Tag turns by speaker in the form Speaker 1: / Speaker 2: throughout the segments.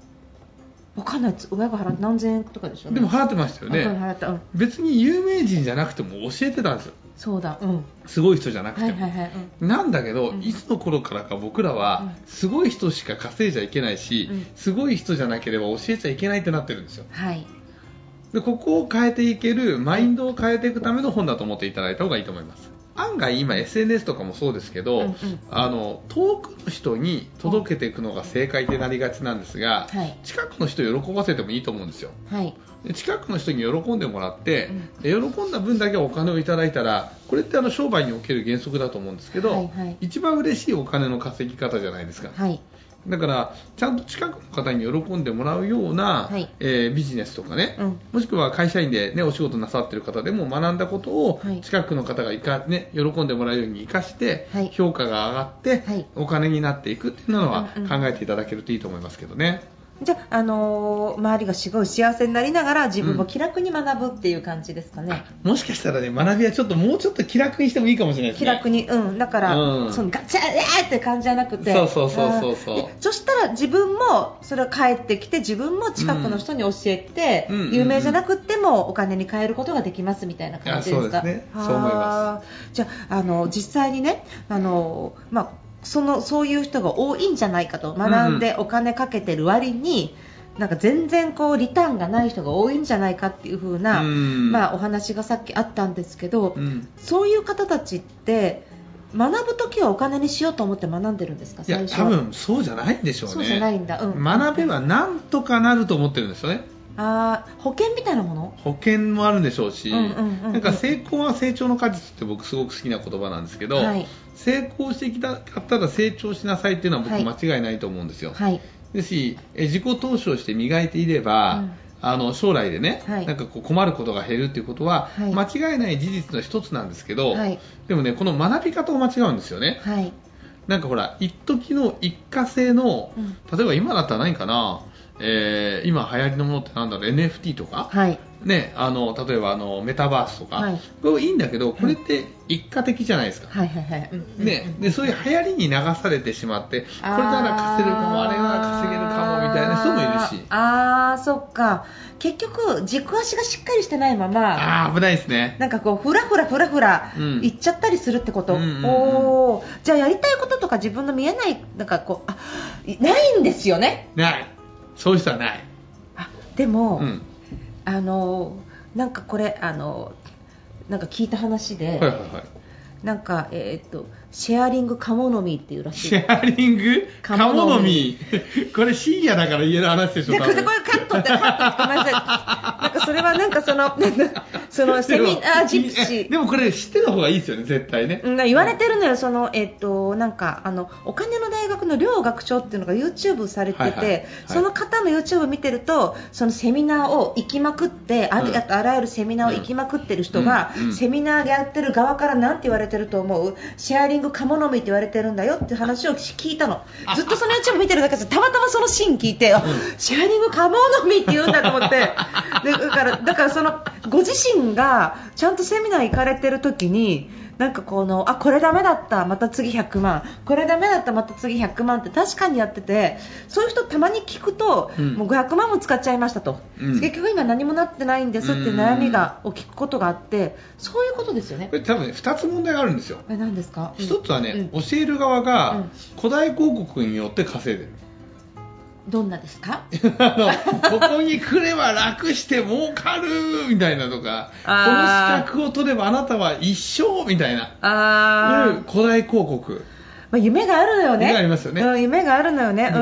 Speaker 1: わかんない親が払って何千円とかでしょ
Speaker 2: でも払ってましたよ
Speaker 1: わかん
Speaker 2: ね。
Speaker 1: ない払った、うん、
Speaker 2: 別に有名人じゃなくても教えてたんですよ。
Speaker 1: そうだうん
Speaker 2: すごい人じゃなく
Speaker 1: は
Speaker 2: て
Speaker 1: いはい
Speaker 2: も。
Speaker 1: はい
Speaker 2: なんだけど、
Speaker 1: うん
Speaker 2: いつの頃からか僕らは
Speaker 1: う
Speaker 2: すごい人しか稼いじゃいけないし、
Speaker 1: うん
Speaker 2: すごい人じゃなければ教えちゃいけないってなってるんですよ
Speaker 1: はい
Speaker 2: でここを変えていけるマインドを変えていくための本だと思っていただいた方がいいと思います案外今 SNS とかもそうですけど、
Speaker 1: うんうん
Speaker 2: あの遠くの人に届けていくのが正解ってなりがちなんですが、
Speaker 1: はい
Speaker 2: 近くの人を喜ばせてもいいと思うんですよ
Speaker 1: はい
Speaker 2: で近くの人に喜んでもらって、で喜んだ分だけお金をいただいたらこれってあの商売における原則だと思うんですけど、
Speaker 1: はいはい
Speaker 2: 一番嬉しいお金の稼ぎ方じゃないですか
Speaker 1: はい
Speaker 2: だからちゃんと近くの方に喜んでもらうような、
Speaker 1: はい
Speaker 2: えービジネスとかね、
Speaker 1: うん
Speaker 2: もしくは会社員で、ね、お仕事なさってる方でも学んだことを
Speaker 1: はい
Speaker 2: 近くの方がいか、ね、喜んでもらうように生かして、
Speaker 1: はい
Speaker 2: 評価が上がって、
Speaker 1: はい
Speaker 2: お金になっていくっていうのは
Speaker 1: うんうん
Speaker 2: 考えていただけるといいと思いますけどね。
Speaker 1: じゃあ、あのー周りがすごい幸せになりながら自分も気楽に学ぶっていう感じですかね、
Speaker 2: あもしかしたらね学びはちょっともうちょっと気楽にしてもいいかもしれないです
Speaker 1: 気
Speaker 2: ね。
Speaker 1: 楽に、うん、だから、
Speaker 2: うん
Speaker 1: そのガチャえーって感じじゃなくて
Speaker 2: そうそうそうそうそうん
Speaker 1: でそしたら自分もそれを帰ってきて自分も近くの人に教えて、
Speaker 2: うんうんうんうん
Speaker 1: 有名じゃなくってもお金に変えることができますみたいな感じですか
Speaker 2: あそうですね
Speaker 1: はー
Speaker 2: そう思いま
Speaker 1: じゃああの実際にねあの、まあ、そのそういう人が多いんじゃないかと学んでお金かけてる割に、なんか全然こうリターンがない人が多いんじゃないかっていう風な、
Speaker 2: うん
Speaker 1: まあお話がさっきあったんですけど、
Speaker 2: うん
Speaker 1: そういう方たちって学ぶときはお金にしようと思って学んでるんですか
Speaker 2: いや
Speaker 1: 最初
Speaker 2: 多
Speaker 1: は
Speaker 2: 分そうじゃないんでしょうね。
Speaker 1: そうじゃないんだ、うん、
Speaker 2: 学べばなんとかなると思ってるんですよね。
Speaker 1: あー保険みたいなもの
Speaker 2: 保険もあるんでしょうし、
Speaker 1: うんうんうんうん
Speaker 2: なんか成功は成長の果実って僕すごく好きな言葉なんですけど、
Speaker 1: はい
Speaker 2: 成功してきたかったら成長しなさいっていうのは僕
Speaker 1: はい
Speaker 2: 間違いないと思うんですよ。
Speaker 1: はい
Speaker 2: ですし、え自己投資をして磨いていれば、
Speaker 1: うん
Speaker 2: あの将来でね、
Speaker 1: はい
Speaker 2: なんかこう困ることが減るっていうことは、
Speaker 1: はい
Speaker 2: 間違いない事実の一つなんですけど、
Speaker 1: はい
Speaker 2: でもね、この学び方を間違うんですよね。
Speaker 1: はい
Speaker 2: なんかほら、一時の一過性の
Speaker 1: うん、
Speaker 2: 例えば今だったら何かな、えー今流行りのものってなんだろう、NFT とか、
Speaker 1: はい
Speaker 2: ね、あの例えばあのメタバースとか、
Speaker 1: はい
Speaker 2: これいいんだけどこれって一過的じゃないですか、
Speaker 1: はいはいはいうんうん
Speaker 2: ね、でそういう流行りに流されてしまってこれ
Speaker 1: あー
Speaker 2: なら稼げるかもあれなら稼げるかもみたいな人もいるし
Speaker 1: あーそっか結局軸足がしっかりしてないまま
Speaker 2: あー危ないですね
Speaker 1: なんかこうふらふらふらふら
Speaker 2: うん
Speaker 1: 行っちゃったりするってこと、
Speaker 2: うんうんうん
Speaker 1: おーじゃあやりたいこととか自分の見えないなんかこうあいないんですよね
Speaker 2: ないそういう人はない、
Speaker 1: あでも、
Speaker 2: うん
Speaker 1: あのなんかこれあのなんか聞いた話で、
Speaker 2: はいはいはい、
Speaker 1: なんかえーっとシェアリングカモノミーっていうらしい。
Speaker 2: シ
Speaker 1: で
Speaker 2: ェアリング
Speaker 1: カ
Speaker 2: カ
Speaker 1: モ
Speaker 2: モ
Speaker 1: ノ
Speaker 2: ノ
Speaker 1: ミ
Speaker 2: ミ これ深夜だから家の話でしょ
Speaker 1: こ
Speaker 2: 多
Speaker 1: れこれ
Speaker 2: 分
Speaker 1: カットってカットってごめんなさい。なんかそれはなんかそのなんかそのセミナージプシ
Speaker 2: え
Speaker 1: ー
Speaker 2: でもこれ知ってた方がいいですよね、絶対ね。
Speaker 1: うん言われてるのよ、その、えっと、なんか、あの、お金の大学の両学長っていうのが YouTube されてて、
Speaker 2: はいはいはい
Speaker 1: その方の YouTube 見てると、そのセミナーを行きまくって、あ
Speaker 2: うん
Speaker 1: あとあらゆるセミナーを行きまくってる人が、
Speaker 2: うんうん
Speaker 1: セミナーやってる側からなんて言われてると思うシェアリングカモノミって言われてるんだよって話を聞いたの。ずっとその YouTube 見てるだけで、たまたまそのシーン聞いて、あシェアリングカモノミって言うんだと思って、 でだから、だからその、ご自身がちゃんとセミナー行かれてる時に、なんかこのあこれダメだったまた次100万これダメだったまた次100万って確かにやっててそういう人たまに聞くと、
Speaker 2: うん
Speaker 1: もう500万も使っちゃいましたと、
Speaker 2: うん
Speaker 1: 結局今何もなってないんですって悩みがを聞くことがあってそういうことですよね
Speaker 2: これ多分ね、2つ問題があるんですよ。
Speaker 1: え何ですか
Speaker 2: 一つは
Speaker 1: う
Speaker 2: ね
Speaker 1: ん、
Speaker 2: 教える側
Speaker 1: う
Speaker 2: が
Speaker 1: ん
Speaker 2: 古代広告によって稼いでる。
Speaker 1: どんなですか
Speaker 2: あのここに来れば楽して儲かるみたいなとか、この
Speaker 1: あー
Speaker 2: 資格を取ればあなたは一生みたいな、
Speaker 1: あ
Speaker 2: いう古代広告、
Speaker 1: まあ、夢があるのよね
Speaker 2: 夢がありますよね
Speaker 1: うん、夢があるのよね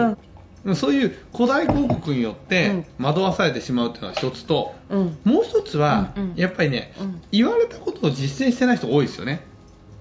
Speaker 1: うん
Speaker 2: そういう古代広告によっ
Speaker 1: う
Speaker 2: て
Speaker 1: ん
Speaker 2: 惑わされてしまうというのが一つと、
Speaker 1: うん
Speaker 2: もう一つは
Speaker 1: うんうん、
Speaker 2: やっぱりね
Speaker 1: うん、
Speaker 2: 言われたことを実践してない人多いですよね。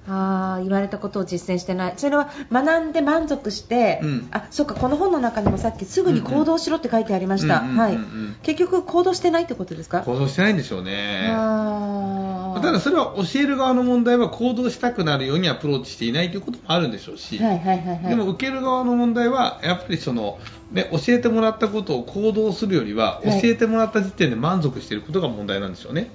Speaker 1: あー言われたことを実践してないそれは学んで満足して、
Speaker 2: うん
Speaker 1: あそっかこの本の中にもさっきすぐに行動しろって書いてありました、
Speaker 2: うんうん
Speaker 1: は
Speaker 2: う
Speaker 1: い
Speaker 2: んうんうん
Speaker 1: 結局行動してないってことですか
Speaker 2: 行動してないんでしょうね。
Speaker 1: あー
Speaker 2: ただそれは教える側の問題は行動したくなるようにアプローチしていないということもあるんでしょうし、
Speaker 1: はいはいはいはい
Speaker 2: でも受ける側の問題は、やっぱりその、ね、教えてもらったことを行動するよりは、
Speaker 1: はい
Speaker 2: 教えてもらった時点で満足していることが問題なんですよね。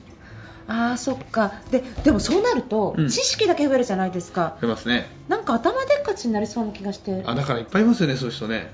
Speaker 1: あーそっかででもそうなると、
Speaker 2: うん
Speaker 1: 知識だけ増えるじゃないですか
Speaker 2: ありますね。
Speaker 1: なんか頭でっかちになりそうな気がして
Speaker 2: あ、だからいっぱいいますよね、そういう人ね。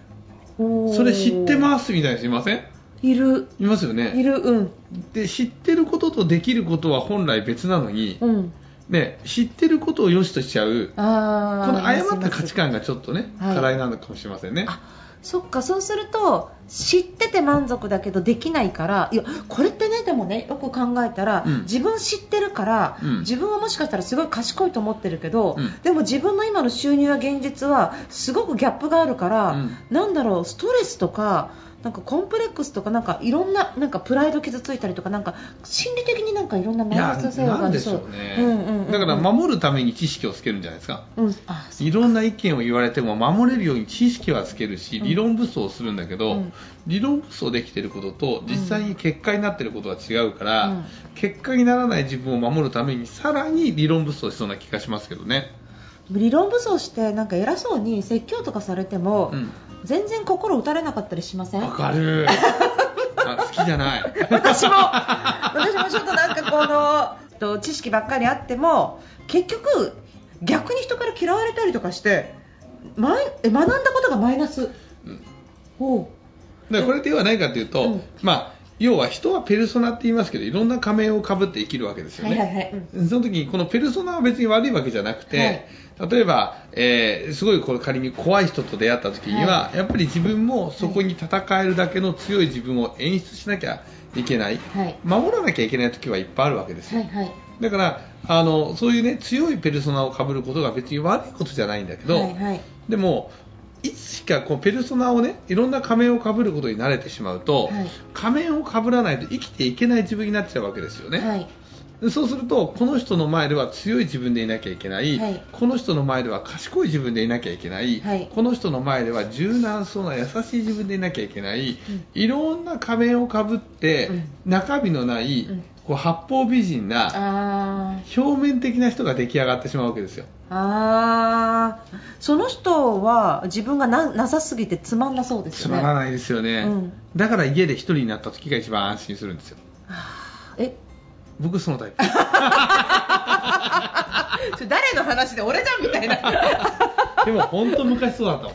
Speaker 1: おー
Speaker 2: それ知ってますみたいな人いません
Speaker 1: いる
Speaker 2: いますよ
Speaker 1: い
Speaker 2: ね。
Speaker 1: るうん
Speaker 2: で、知ってることとできることは本来別なのに、
Speaker 1: うん
Speaker 2: ね、知ってることを良しとしちゃう、こ
Speaker 1: ああ
Speaker 2: の誤った価値観がちょっとね、
Speaker 1: はい
Speaker 2: 課題なのかもしれませんね。
Speaker 1: あそっかそうすると知ってて満足だけどできないからいやこれってねでもねよく考えたら、
Speaker 2: うん
Speaker 1: 自分知ってるから、
Speaker 2: うん
Speaker 1: 自分はもしかしたらすごい賢いと思ってるけど、
Speaker 2: うん
Speaker 1: でも自分の今の収入や現実はすごくギャップがあるから、
Speaker 2: うん
Speaker 1: なんだろうストレスとかなんかコンプレックスとかなんかいろんななんかプライド傷ついたりとかなんか心理的になんかいろんなマ
Speaker 2: い
Speaker 1: イ
Speaker 2: や
Speaker 1: ナス、作用が
Speaker 2: な
Speaker 1: あ
Speaker 2: ん
Speaker 1: り
Speaker 2: でし
Speaker 1: そ
Speaker 2: ょ
Speaker 1: う
Speaker 2: うね。
Speaker 1: うんうんうんうん
Speaker 2: だから守るために知識をつけるんじゃないですか。
Speaker 1: うんあそう
Speaker 2: いろんな意見を言われても守れるように知識はつけるし
Speaker 1: うん
Speaker 2: 理論武装をするんだけど、
Speaker 1: うん
Speaker 2: 理論武装できていることと実際に結果になっていることは違うから、
Speaker 1: うん
Speaker 2: 結果にならない自分を守るためにさらに理論武装しそうな気がしますけどね。
Speaker 1: 理論武装してなんか偉そうに説教とかされても、
Speaker 2: うん
Speaker 1: 全然心打たれなかったりしません
Speaker 2: わかる あ好きじゃない。
Speaker 1: 私も私もちょっとなんかこのえっと知識ばっかりあっても結局逆に人から嫌われたりとかしてマイえ学んだことがマイナス、
Speaker 2: うん
Speaker 1: おう
Speaker 2: だからこれって要は何かというと、
Speaker 1: うん
Speaker 2: まあ、要は人はペルソナって言いますけどいろんな仮面をかぶって生きるわけですよ
Speaker 1: は
Speaker 2: ね。
Speaker 1: いはいはい、うん
Speaker 2: その時にこのペルソナは別に悪いわけじゃなくて、例えば、えーすごいこれ仮に怖い人と出会った時には、やっぱり自分もそこに戦えるだけの強い自分を演出しなきゃいけない、
Speaker 1: はい
Speaker 2: 守らなきゃいけない時はいっぱいあるわけですよ、
Speaker 1: はいはい
Speaker 2: だからあのそういうね強いペルソナを被ることが別に悪いことじゃないんだけど、
Speaker 1: はいはい
Speaker 2: でもいつしかこうペルソナをねいろんな仮面を被ることに慣れてしまうと、
Speaker 1: はい
Speaker 2: 仮面を被らないと生きていけない自分になっちゃうわけですよね。
Speaker 1: はい
Speaker 2: でそうするとこの人の前では強い自分でいなきゃいけない、
Speaker 1: はい
Speaker 2: この人の前では賢い自分でいなきゃいけない、
Speaker 1: はい
Speaker 2: この人の前では柔軟そうな優しい自分でいなきゃいけない、
Speaker 1: ん
Speaker 2: いろんな仮面をかぶって、中身のない、
Speaker 1: うん
Speaker 2: こう八方美人な
Speaker 1: あー
Speaker 2: 表面的な人が出来上がってしまうわけですよ。
Speaker 1: あーその人は自分がななさすぎてつまんなそうです
Speaker 2: つ
Speaker 1: よね
Speaker 2: まらないですよね、
Speaker 1: うん
Speaker 2: だから家で一人になった時が一番安心するんですよ。
Speaker 1: え
Speaker 2: 僕そのタイプ。
Speaker 1: ちょ誰の話で俺じゃんみたいな
Speaker 2: でも本当昔そうだったもん。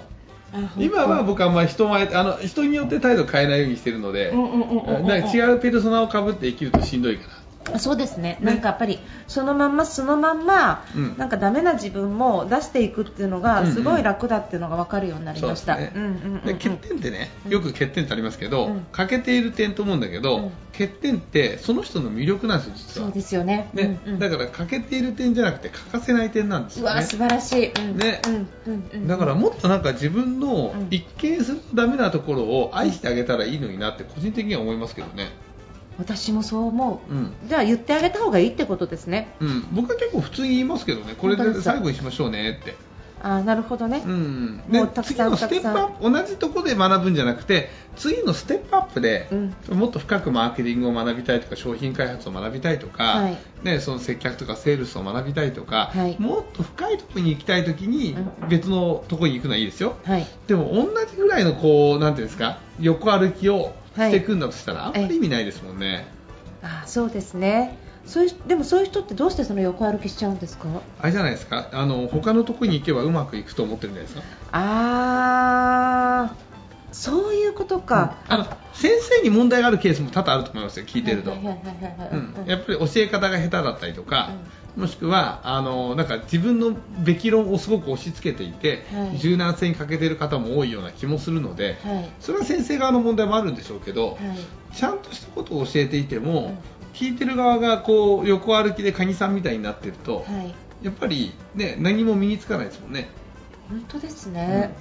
Speaker 2: 今は僕はあんまり人前あの人によって態度変えないようにしてるので、
Speaker 1: うんうんうんうんうん
Speaker 2: だから違うペルソナをかぶって生きるとしんどいか
Speaker 1: そうですねなんかやっぱりそのまんまそのまんま、
Speaker 2: うん
Speaker 1: なんかダメな自分も出していくっていうの
Speaker 2: うん
Speaker 1: が
Speaker 2: うん
Speaker 1: すごい楽だっていうのが分かるようにな
Speaker 2: ら
Speaker 1: りました、
Speaker 2: そうです
Speaker 1: うんうんうんうん
Speaker 2: で欠点ってねよく欠点ってありますけど、
Speaker 1: うん
Speaker 2: 欠けている点と思うんだけど、
Speaker 1: うん
Speaker 2: 欠点ってその人の魅力なんですよ実
Speaker 1: そ
Speaker 2: は
Speaker 1: うですよね
Speaker 2: ね
Speaker 1: うんうん、
Speaker 2: だから欠けている点じゃなくて欠かせない点なんです
Speaker 1: う
Speaker 2: よ
Speaker 1: わ
Speaker 2: ね
Speaker 1: 素晴らしい、うん
Speaker 2: ね
Speaker 1: うんうんうん、
Speaker 2: だからもっとなんか自分の
Speaker 1: うん
Speaker 2: 一見するとダメなところを愛してあげたらいいのになって個人的には思いますけどね、
Speaker 1: あ私もそう思う、
Speaker 2: うん
Speaker 1: じゃあ言ってあげた方がいいってことですね
Speaker 2: うん、僕は結構普通に言いますけどね、これ
Speaker 1: 本当
Speaker 2: で
Speaker 1: ですか
Speaker 2: 最後にしましょうねって。
Speaker 1: あーなるほどね、
Speaker 2: うん、
Speaker 1: も
Speaker 2: で
Speaker 1: うたく
Speaker 2: 次
Speaker 1: さん
Speaker 2: のステップアップ同じとこで学ぶんじゃなくて次のステップアップで、もっと深くマーケティングを学びたいとか商品開発を学びたいとか、
Speaker 1: はい
Speaker 2: ね、その接客とかセールスを学びたいとか、
Speaker 1: はい
Speaker 2: もっと深いところに行きたいときに
Speaker 1: う
Speaker 2: 別のところに行くのはいいですよ、
Speaker 1: はい
Speaker 2: でも同じぐらいのこうなんていうんですか横歩きをしていくんだとしたら、
Speaker 1: はい
Speaker 2: あんまり意味ないですもんね。
Speaker 1: あーそうですねそういうでもそういう人ってどうしてその横歩きしちゃうんですか
Speaker 2: あれじゃないですかあの他のところに行けばうまくいくと思ってるんじゃないですか
Speaker 1: あーそういうことか、
Speaker 2: あの先生に問題があるケースも多々あると思いますよ聞いてると
Speaker 1: はいはいはいはいはい
Speaker 2: うん
Speaker 1: うん
Speaker 2: やっぱり教え方が下手だったりとか、もしくはあのなんか自分のべき論をすごく押し付けていて、
Speaker 1: はい
Speaker 2: 柔軟性に欠けている方も多いような気もするので、
Speaker 1: はい
Speaker 2: それは先生側の問題もあるんでしょうけど、
Speaker 1: はい
Speaker 2: ちゃんとしたことを教えていても、聞いてる側がこう横歩きでカニさんみたいになってると、
Speaker 1: はい
Speaker 2: やっぱり、ね、何も身につかないですもんね。
Speaker 1: 本当ですね、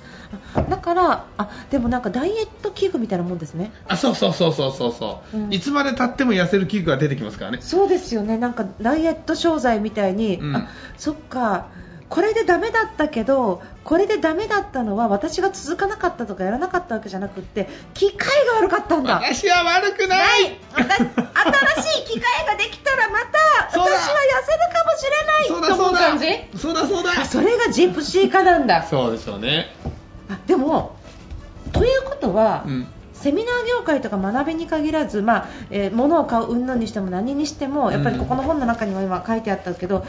Speaker 1: あだからあでもなんかダイエット器具みたいなもんですね
Speaker 2: あそうそうそうそうそうそう、
Speaker 1: うん
Speaker 2: いつまでたっても痩せる器具が出てきますからね。
Speaker 1: そうですよねなんかダイエット商材みたいに、
Speaker 2: うん
Speaker 1: あそっかこれでダメだったけどこれでダメだったのは私が続かなかったとかやらなかったわけじゃなくって機会が悪かったんだ
Speaker 2: 私は悪くない、
Speaker 1: ない私新しい機会ができたらまた私
Speaker 2: そう
Speaker 1: は
Speaker 2: だ
Speaker 1: 痩せるかもし
Speaker 2: そう
Speaker 1: れない
Speaker 2: だ
Speaker 1: と
Speaker 2: そ
Speaker 1: 思
Speaker 2: う
Speaker 1: う
Speaker 2: だ
Speaker 1: 感じ
Speaker 2: そうだそうだ
Speaker 1: あそれがジプシー化なんだ
Speaker 2: そうでしょうね。
Speaker 1: あでもということは、
Speaker 2: うん。
Speaker 1: セミナー業界とか学びに限らず、まあえー物を買う云々にしても何にしてもやっぱりここの本の中にも今書いてあったけど、考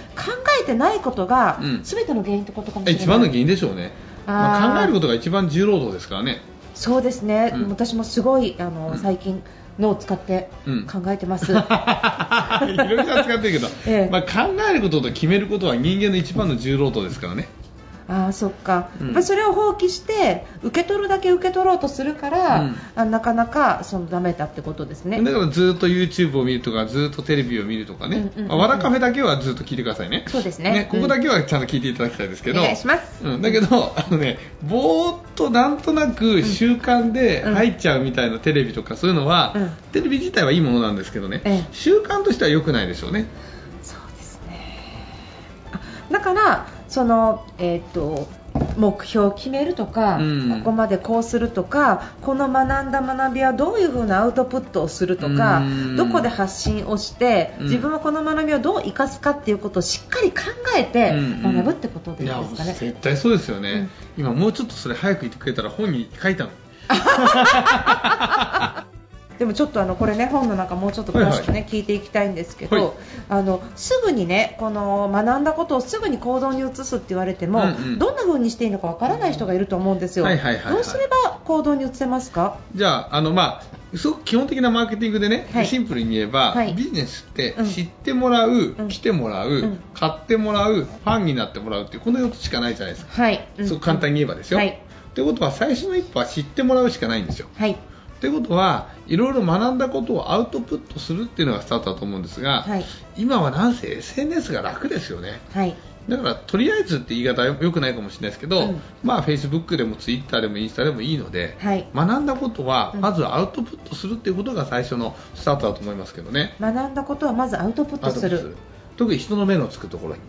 Speaker 1: えてないことが
Speaker 2: うん
Speaker 1: 全ての原因ってことかもしれない、
Speaker 2: 一番の原因でしょうね。
Speaker 1: あー
Speaker 2: まあ、考えることが一番重労働ですか らね。
Speaker 1: そうですね、
Speaker 2: うん
Speaker 1: 私もすごいあの、
Speaker 2: うん
Speaker 1: 最近脳を使って
Speaker 2: うん
Speaker 1: 考えて ます、
Speaker 2: いろいろ使ってるけど、
Speaker 1: ええ
Speaker 2: まあ、考えることと決めることは人間の一番の重労働ですからね。
Speaker 1: ああそっか、
Speaker 2: うん
Speaker 1: やっぱりそれを放棄して受け取るだけ受け取ろうとするから、
Speaker 2: うん
Speaker 1: あなかなかそのダメだってことですね
Speaker 2: だからずっと YouTube を見るとか、ずっとテレビを見るとかね、
Speaker 1: うんうんうん
Speaker 2: まあわらカフェだけはずっと聞いてくださいね。
Speaker 1: そうですね
Speaker 2: ここだけはちゃんと聞いていただきたいですけど、
Speaker 1: お願いします
Speaker 2: うん、だけど、あのね、ぼーっとなんとなく習慣で入っちゃうみたいなテレビとかそういうのは、
Speaker 1: うん
Speaker 2: テレビ自体はいいものなんですけどね、
Speaker 1: ええ
Speaker 2: 習慣としては良くないでしょうね。
Speaker 1: そうですねあだからその、えー、と目標を決めるとか、
Speaker 2: うん
Speaker 1: ここまでこうするとかこの学んだ学びはどういうふうなアウトプットをするとか、
Speaker 2: うん
Speaker 1: どこで発信をして、
Speaker 2: うん
Speaker 1: 自分はこの学びをどう生かすかっていうことをしっかり考えて
Speaker 2: うんうん
Speaker 1: 学ぶってことで
Speaker 2: い
Speaker 1: いい
Speaker 2: や
Speaker 1: ですかね。
Speaker 2: 絶対そうですよね、今もうちょっとそれ早く言ってくれたら本に書いたの
Speaker 1: でもちょっとあのこれね本の中もうちょっと詳しくね、
Speaker 2: はい
Speaker 1: 聞いていきたいんですけど、
Speaker 2: はい
Speaker 1: あのすぐにねこの学んだことをすぐに行動に移すって言われても、
Speaker 2: うんうん
Speaker 1: どんな風にしていいのかわからない人がいると思うんですよ。
Speaker 2: はいはいはいはい
Speaker 1: どうすれば行動に移せますか？
Speaker 2: じゃああの、まあ、すごく基本的なマーケティングでね、
Speaker 1: はい
Speaker 2: シンプルに言えば、
Speaker 1: はい
Speaker 2: ビジネスって
Speaker 1: うん
Speaker 2: 知ってもらう、
Speaker 1: うん
Speaker 2: 来てもらう、
Speaker 1: うん
Speaker 2: 買ってもらうファンになってもらうっていうこの4つしかないじゃないですか、
Speaker 1: はい。ん
Speaker 2: そう簡単に言えばですよ、
Speaker 1: はい
Speaker 2: ということは最初の一歩は知ってもらうしかないんですよ
Speaker 1: はい
Speaker 2: ということはいろいろ学んだことをアウトプットするっていうのがスタートだと思うんですが、
Speaker 1: はい
Speaker 2: 今はなんせ SNS が楽ですよね
Speaker 1: はい
Speaker 2: だからとりあえずって言い方はよくないかもしれないですけど、
Speaker 1: うん
Speaker 2: まあフェイスブックでもツイッターでもインスタでもいいので、
Speaker 1: はい
Speaker 2: 学んだことは
Speaker 1: うん
Speaker 2: まずアウトプットするっていうことが最初のスタートだと思いますけどね。
Speaker 1: 学んだことはまずアウトプッ
Speaker 2: ア
Speaker 1: ト
Speaker 2: ウト
Speaker 1: す
Speaker 2: プッ
Speaker 1: る
Speaker 2: トする特に人の目のつくところに。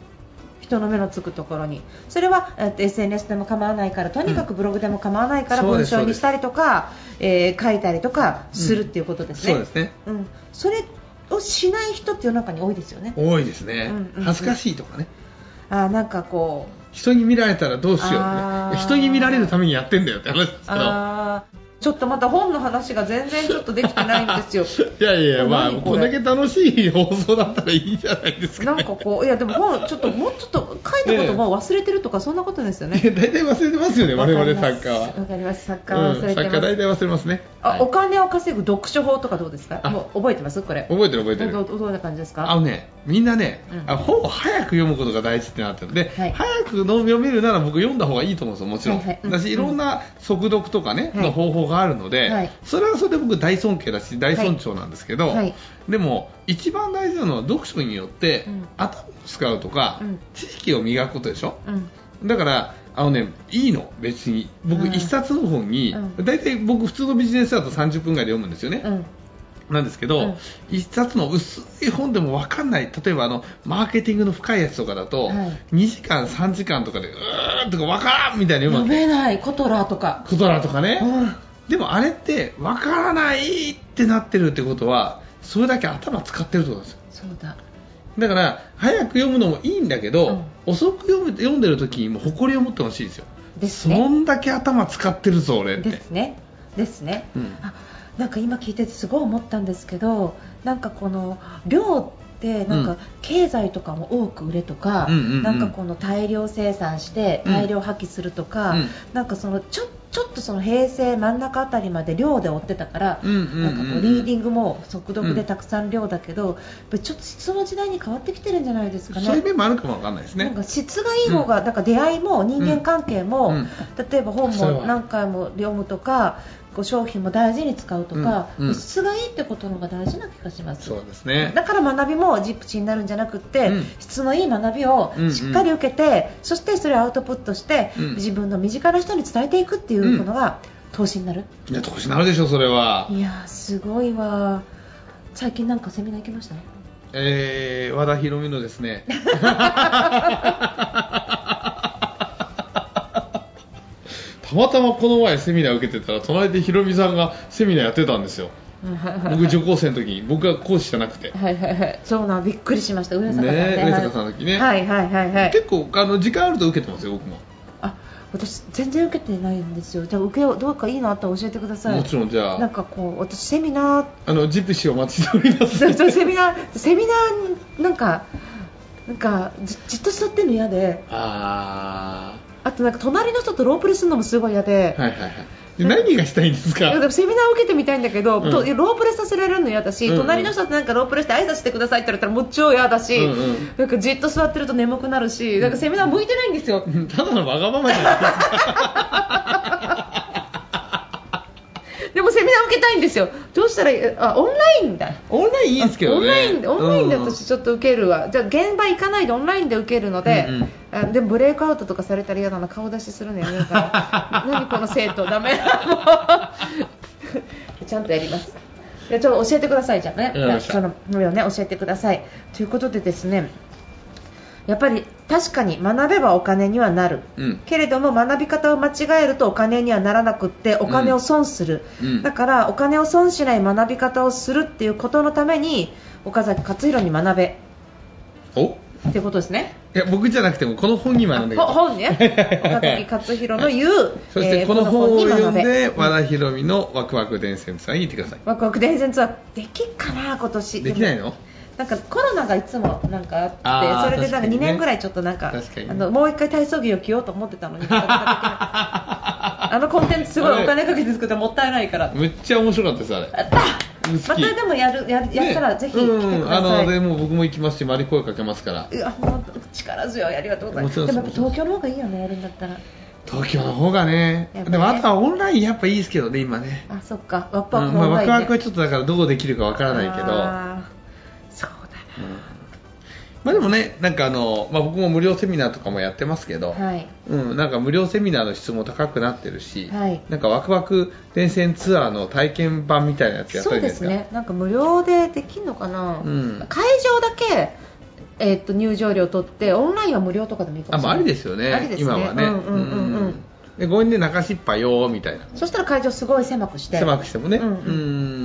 Speaker 1: 人の目のつくところにそれはえっと SNS でも構わないからとにかくブログでも構わないから
Speaker 2: うんそう
Speaker 1: 文
Speaker 2: です
Speaker 1: 章にしたりとか、えー書いたりとかするっていうことですね。
Speaker 2: そうですね。
Speaker 1: うん、それをしない人って世の中に多いですよね。
Speaker 2: 多いですね、
Speaker 1: うんうんうん
Speaker 2: 恥ずかしいとかね。
Speaker 1: あーなんかこう
Speaker 2: 人に見られたらどうしようと
Speaker 1: あー
Speaker 2: かね。人に見られるためにやってんだよって話ですけど。
Speaker 1: あーちょっとまた本の話が全然ちょっとできてないんです よ。
Speaker 2: いやいや、まあ、
Speaker 1: 何
Speaker 2: こ
Speaker 1: こ
Speaker 2: ん
Speaker 1: れ
Speaker 2: だけ楽しい放送だったらいいじゃないです か、
Speaker 1: なん
Speaker 2: ね。
Speaker 1: かこういやでも本ちょっともうちょっと書いたことも忘れてるとかそんなことですよ
Speaker 2: いや
Speaker 1: ね。
Speaker 2: 大体忘れてますよね、我々作家は。
Speaker 1: わかります。作家は
Speaker 2: うん
Speaker 1: 忘れて
Speaker 2: 作
Speaker 1: ま
Speaker 2: 家
Speaker 1: す。
Speaker 2: 大体忘れますね。は
Speaker 1: あ
Speaker 2: い
Speaker 1: お金を稼ぐ読書法とかどうですか？
Speaker 2: あ
Speaker 1: もう覚えてますこれ？
Speaker 2: 覚えてる覚えて
Speaker 1: ど
Speaker 2: る。
Speaker 1: どどんな感じです
Speaker 2: あ
Speaker 1: か？
Speaker 2: のね、みんなね、
Speaker 1: うん
Speaker 2: あ本を早く読むことが大事ってなってるで、
Speaker 1: はい
Speaker 2: 早くの読めるなら僕読んだ方がいいと思うんですよ、もちろん。
Speaker 1: はいはいうん
Speaker 2: 私、いろんな速読とかね、
Speaker 1: はい
Speaker 2: の方法があるので、
Speaker 1: はい
Speaker 2: それはそれで僕大尊敬だし、大尊重なんですけど、
Speaker 1: はいはい
Speaker 2: でも、一番大事なのは読書によって、
Speaker 1: うん
Speaker 2: 頭を使うとか、
Speaker 1: うん
Speaker 2: 知識を磨くことでしょ。
Speaker 1: うん
Speaker 2: だからあのね、いいの、別に僕、
Speaker 1: うん
Speaker 2: 一冊の本に、
Speaker 1: うん
Speaker 2: 大体僕、普通のビジネスだと30分ぐらいで読むんですよね、
Speaker 1: うん
Speaker 2: なんですけど、
Speaker 1: うん
Speaker 2: 一冊の薄い本でも分かんない例えばあのマーケティングの深いやつとかだと、
Speaker 1: はい
Speaker 2: 2時間、3時間とかでうーんとか分からんみたいにうま
Speaker 1: 読
Speaker 2: く
Speaker 1: めないコトラとか、
Speaker 2: ことだとかね、
Speaker 1: うん
Speaker 2: でもあれって分からないってなってるってことはそれだけ頭使ってるってことなんですよ
Speaker 1: そうだ
Speaker 2: だから早く読むのもいいんだけど、
Speaker 1: うん
Speaker 2: 遅く読む読んでる時にも誇りを持ってほしいですよ
Speaker 1: です
Speaker 2: そ
Speaker 1: ね
Speaker 2: んだけ頭使ってるぞ俺って
Speaker 1: ですねですね、
Speaker 2: うん
Speaker 1: あなんか今聞いててすごい思ったんですけどなんかこの量ってなん
Speaker 2: う
Speaker 1: か
Speaker 2: ん
Speaker 1: 経済とかも多く売れとか、
Speaker 2: うんうんうん
Speaker 1: なんかこの大量生産して
Speaker 2: うん
Speaker 1: 大量破棄するとか、
Speaker 2: うん
Speaker 1: なんかそのちょちょっとその平成真ん中あたりまで量で追ってたから、
Speaker 2: うんうんうん
Speaker 1: なんかこうリーディングも速読でたくさん量だけど、やっぱりちょっとその時代に変わってきてるんじゃないですかね。
Speaker 2: そういう面もあるかも分かんないです
Speaker 1: なん
Speaker 2: ね
Speaker 1: か質がいい方が、なんか出会いも人間関係も、
Speaker 2: うん
Speaker 1: 例えば本
Speaker 2: それ
Speaker 1: も
Speaker 2: は
Speaker 1: 何回も読むとかこう商品も大事に使うとか、
Speaker 2: うんうん
Speaker 1: 質がいいってことの方が大事な気がします
Speaker 2: そうですね
Speaker 1: だから学びもジプチになるんじゃなくって、
Speaker 2: うん
Speaker 1: 質のいい学びを
Speaker 2: うんうん
Speaker 1: しっかり受けて、そしてそれをアウトプットして、
Speaker 2: うん
Speaker 1: 自分の身近な人に伝えていくっていうことが投資になる、
Speaker 2: いや投資になるでしょそれはい
Speaker 1: やーすごいわー最近なんかセミナー行き ましたね
Speaker 2: えー、和田博美のです ねたまたまこの前セミナー受けてたら隣で博美さんがセミナーやってたんですよ僕受講生の時に僕が講師じゃなくて
Speaker 1: はいはいはいそうなんびっくりしました上坂さんね
Speaker 2: ねえ上坂さんの時ね
Speaker 1: はいはいはいはい
Speaker 2: 結構あの時間あると受けてますよ僕も
Speaker 1: あ私全然受けてないんですよじゃあ受けようどうかいいのあったら教えてください
Speaker 2: もちろんじ
Speaker 1: な
Speaker 2: ゃ
Speaker 1: ん
Speaker 2: あ
Speaker 1: かこう私セミナー
Speaker 2: あのジプシーをお待ちしております
Speaker 1: そうそうセミナー セミナーになんかなんかじじっと座ってるの嫌で
Speaker 2: あ
Speaker 1: あとなんか隣の人とロープレするのもすごい嫌で
Speaker 2: あ、はいはいはいで何がしたいんです
Speaker 1: いや
Speaker 2: か
Speaker 1: でもセミナーを受けてみたいんだけど、
Speaker 2: うん
Speaker 1: とロープレさせられるの嫌だし、
Speaker 2: うんうん
Speaker 1: 隣の人となんかロープレして挨拶してくださいって言われたらもう超嫌だし、
Speaker 2: うんうん
Speaker 1: なんかじっと座ってると眠くなるし、なんかセミナー向いてないんですよ、
Speaker 2: ただのわがままじゃないですか
Speaker 1: でもセミナー受けたいんですよどうしたらいいあオンラインだ
Speaker 2: オンラインいいんですけど
Speaker 1: オン
Speaker 2: ね
Speaker 1: ラインでオンラインで
Speaker 2: うん
Speaker 1: 私ちょっと受けるわ、じゃあ現場行かないでオンラインで受けるので、
Speaker 2: うんうん
Speaker 1: あでもブレイクアウトとかされたら嫌だな顔出しするのやめようかな何この生徒ダメ ちゃんとやりますいやちょっと教えてくださいじゃあね
Speaker 2: わかりました
Speaker 1: その無理をね教えてくださいということでですねやっぱり確かに学べばお金にはなる、
Speaker 2: うん
Speaker 1: けれども学び方を間違えるとお金にはならなくってお金を損する、
Speaker 2: うん
Speaker 1: だからお金を損しない学び方をするっていうことのために岡崎勝弘に学べ
Speaker 2: お
Speaker 1: っていうことですね。
Speaker 2: いや僕じゃなくてもこの本に
Speaker 1: あ
Speaker 2: 学んでくだ
Speaker 1: ほ本
Speaker 2: さい
Speaker 1: ね岡崎勝弘の言う、
Speaker 2: そして
Speaker 1: えー
Speaker 2: この本を読
Speaker 1: この
Speaker 2: んで
Speaker 1: 本に学べ
Speaker 2: 和田博美のワクワク伝説さんに行ってください
Speaker 1: ワクワク伝説はできっかな今年
Speaker 2: できない
Speaker 1: も
Speaker 2: の
Speaker 1: なんかコロナがいつもなんかあ
Speaker 2: あ
Speaker 1: っ
Speaker 2: ー
Speaker 1: てそれでなんか
Speaker 2: 確かに
Speaker 1: 2
Speaker 2: ね
Speaker 1: 年ぐらいちょっとなんか
Speaker 2: 確かにね
Speaker 1: あのもう一回体操着を着ようと思ってたのになかなかできないあのコンテンツすごいお金かけて作ってもったいないから
Speaker 2: めっちゃ面白かったですあれ
Speaker 1: やった
Speaker 2: 好
Speaker 1: ま
Speaker 2: き
Speaker 1: たでもやるやるやったら
Speaker 2: ね
Speaker 1: ぜひ来てくださ
Speaker 2: うんあ
Speaker 1: い、
Speaker 2: のでもう僕も行きますし周り声かけますから
Speaker 1: うわ本当力強いありがとうございます
Speaker 2: もちろん
Speaker 1: で
Speaker 2: です
Speaker 1: もやっぱ東京の方がいいよねやるんだったら
Speaker 2: 東京の方がね
Speaker 1: やっぱね
Speaker 2: でもあとはオンラインやっぱいいですけどね今ね
Speaker 1: あそっかワッパ
Speaker 2: うんまあワクワクはちょっとだからどうできるかわからないけど
Speaker 1: そうだ
Speaker 2: うんまあでもねなんかあの、まあ、僕も無料セミナーとかもやってますけど、
Speaker 1: なはい
Speaker 2: うん、なんか無料セミナーの質も高くなってるし、
Speaker 1: はい
Speaker 2: なんかワクワク連戦ツアーの体験版みたいなやつやった
Speaker 1: そう
Speaker 2: り
Speaker 1: で
Speaker 2: です
Speaker 1: す
Speaker 2: か
Speaker 1: ねなんか無料でできるのかな、
Speaker 2: うん
Speaker 1: 会場だけえっと入場料取ってオンラインは無料とかでもいいか
Speaker 2: あ、
Speaker 1: もしれ
Speaker 2: まあ、
Speaker 1: ない
Speaker 2: ありですよね
Speaker 1: ありですね
Speaker 2: 今はね、
Speaker 1: うんうんうんうん
Speaker 2: でごめんね中しっぱよーみたいな
Speaker 1: そしたら会場すごい狭くして
Speaker 2: 狭くしてもね
Speaker 1: うんうん
Speaker 2: う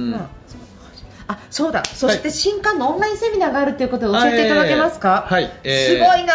Speaker 2: ん
Speaker 1: まあそうかもしれないあそうだそして新刊のオンラインセミナーがあるということで教え
Speaker 2: あ
Speaker 1: ていただけますか、
Speaker 2: えーはいえー
Speaker 1: すごいな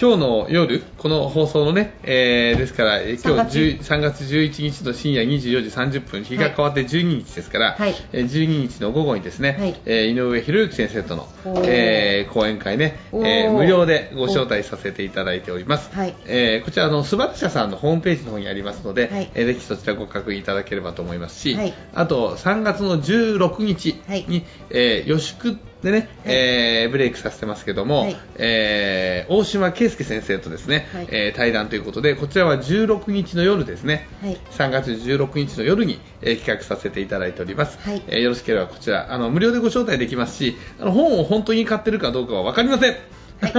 Speaker 2: 今日の夜この放送のね、えーですからえー今
Speaker 1: 3
Speaker 2: 日10 3月11日の深夜24時30分日が変わって12日ですから、
Speaker 1: はい
Speaker 2: えー12日の午後にですね、
Speaker 1: はい
Speaker 2: えー井上博之先生との
Speaker 1: おー、
Speaker 2: えー講演会ね、
Speaker 1: おー
Speaker 2: えー無料でご招待させていただいております、
Speaker 1: はい
Speaker 2: えーこちらあのスバル社さんのホームページの方にありますので、
Speaker 1: はい
Speaker 2: えーぜひそちらご確認いただければと思いますし、
Speaker 1: はい
Speaker 2: あと3月の16日
Speaker 1: はい
Speaker 2: に、えー予宿でね、えーブレイクさせてますけども、
Speaker 1: はい
Speaker 2: えー大島圭介先生とですね、
Speaker 1: はい
Speaker 2: えー対談ということでこちらは16日の夜ですね、
Speaker 1: はい
Speaker 2: 3月16日の夜に、えー企画させていただいております、
Speaker 1: はい
Speaker 2: えーよろしければこちらあの無料でご招待できますしあの本を本当に買ってるかどうかは分かりません
Speaker 1: はい、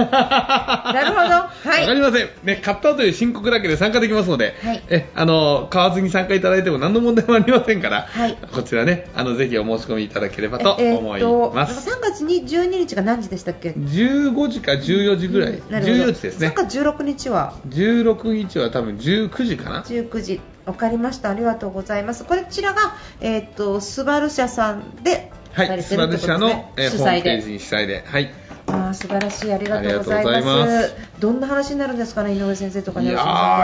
Speaker 1: な るほど。は
Speaker 2: わかり
Speaker 1: い。
Speaker 2: ません、ね、買ったという申告だけで参加できますので、
Speaker 1: はい
Speaker 2: えあの買わずに参加いただいても何の問題もありませんから、
Speaker 1: はい
Speaker 2: こちらねあのぜひお申し込みいただければと
Speaker 1: ええ
Speaker 2: 思
Speaker 1: っ
Speaker 2: い
Speaker 1: と、
Speaker 2: ま
Speaker 1: なん
Speaker 2: す、
Speaker 1: か3月に12日が何時でしたっけ？
Speaker 2: 15時か14時ぐらい、
Speaker 1: なるほど
Speaker 2: 14時ですね
Speaker 1: そっか16日は
Speaker 2: 16日は多分19時かな
Speaker 1: 19時。わかりました。ありがとうございます。こちらがえっとスバル社さんで
Speaker 2: は
Speaker 1: されて
Speaker 2: い、ス
Speaker 1: る
Speaker 2: バ
Speaker 1: ってこと
Speaker 2: ル
Speaker 1: です
Speaker 2: 社
Speaker 1: ね
Speaker 2: の、え
Speaker 1: 主
Speaker 2: ホー
Speaker 1: 催
Speaker 2: ムペ
Speaker 1: で
Speaker 2: ージに主催で、はい、
Speaker 1: ああ素晴らしいありがとうございます
Speaker 2: ありがとうござい
Speaker 1: どんな話になるんですかね井上先生とか
Speaker 2: い
Speaker 1: ね
Speaker 2: や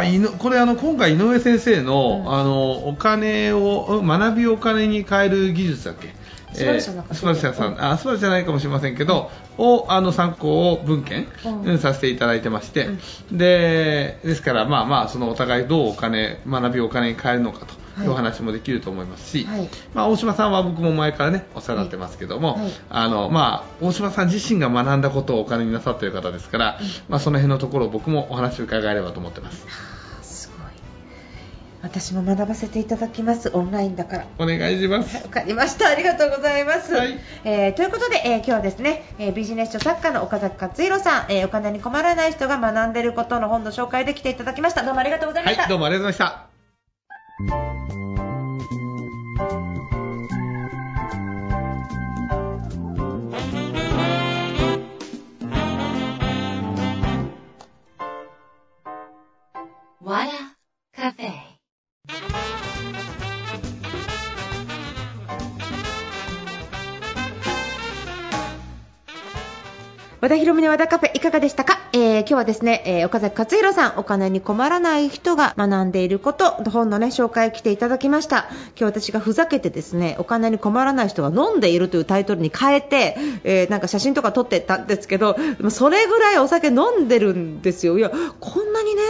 Speaker 2: ーいのこれあの今回井上先生の、
Speaker 1: うん
Speaker 2: あのお金を学びをお金に変える技術だっけ
Speaker 1: スバル社なんか
Speaker 2: えースバル社さん、あスバル社じゃないかもしれませんけど、をあの参考を文献、
Speaker 1: うん
Speaker 2: うんさせていただいてまして、でですからまあまあそのお互いどうお金学びをお金に変えるのかと
Speaker 1: はい
Speaker 2: いうお話もできると思いますし、
Speaker 1: はい
Speaker 2: まあ大島さんは僕も前からねお世話になってますけども、
Speaker 1: はいはい
Speaker 2: あのまあ、大島さん自身が学んだことをお金になさっている方ですから、まあ、その辺のところを僕もお話を伺えればと思ってます
Speaker 1: すごい私も学ばせていただきますオンラインだから
Speaker 2: お願いしま
Speaker 1: はい
Speaker 2: す
Speaker 1: わかりました。ありがとうございます。
Speaker 2: はい
Speaker 1: えーということで、えー今日はですね、えービジネス書作家の岡崎克弘さん、えーお金に困らない人が学んでいることの本の紹介で来ていただきました。どうもありがとうございま
Speaker 2: は
Speaker 1: した。
Speaker 2: いどうもありがとうございました
Speaker 3: わらカフェ。
Speaker 1: 和田博美の和田カフェいかがでしたか、えー今日はですね、えー岡崎克弘さんお金に困らない人が学んでいること本のね紹介来ていただきました今日私がふざけてですねお金に困らない人が飲んでいるというタイトルに変えて、えーなんか写真とか撮ってたんですけどでもそれぐらいお酒飲んでるんですよいやこんなにね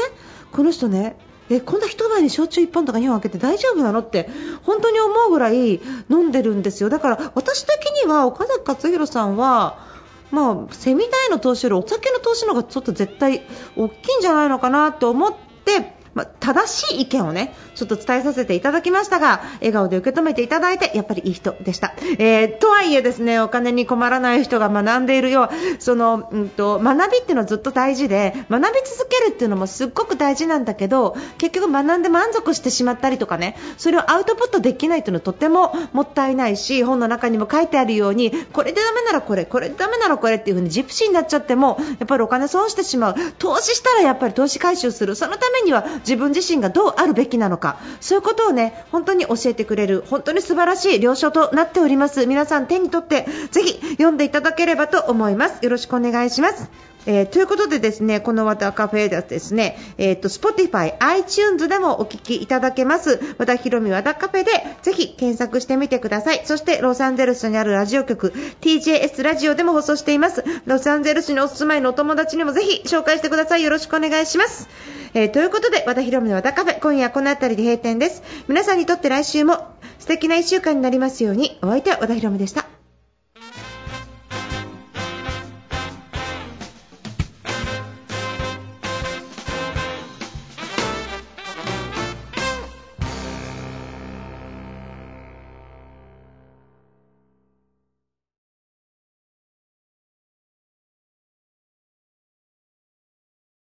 Speaker 1: この人ねえこんな一晩に焼酎1本とか2本開けて大丈夫なのって本当に思うぐらい飲んでるんですよだから私的には岡崎克弘さんはまあ、セミ単位の投資よりお酒の投資の方がちょっと絶対大きいんじゃないのかなと思って、まあ、正しい意見をね、ちょっと伝えさせていただきましたが、笑顔で受け止めていただいて、やっぱりいい人でした。えーとはいえですね、お金に困らない人が学んでいるよう、その、うんと、学びっていうのはずっと大事で、学び続けるっていうのもすっごく大事なんだけど、結局学んで満足してしまったりとかね、それをアウトプットできないというのはとてももったいないし、本の中にも書いてあるように、これでダメならこれ、これでダメならこれっていう風にジプシーになっちゃっても、やっぱりお金損してしまう。投資したらやっぱり投資回収する。そのためには自分自身がどうあるべきなのか。そういうことをね、本当に教えてくれる、本当に素晴らしい了承となっております。皆さん手に取って、ぜひ読んでいただければと思います。よろしくお願いします。えーということでですね、この和田カフェではですね、えっ、と、Spotify、iTunes でもお聞きいただけます。和田ひろみ和田カフェでぜひ検索してみてください。そして、ロサンゼルスにあるラジオ局、TJS ラジオでも放送しています。ロサンゼルスにお住まいのお友達にもぜひ紹介してください。よろしくお願いします。えーということで、和田ひろみの和田カフェ、今夜はこの辺りで閉店です。皆さんにとって来週も素敵な一週間になりますように、お相手は和田ひろみでした。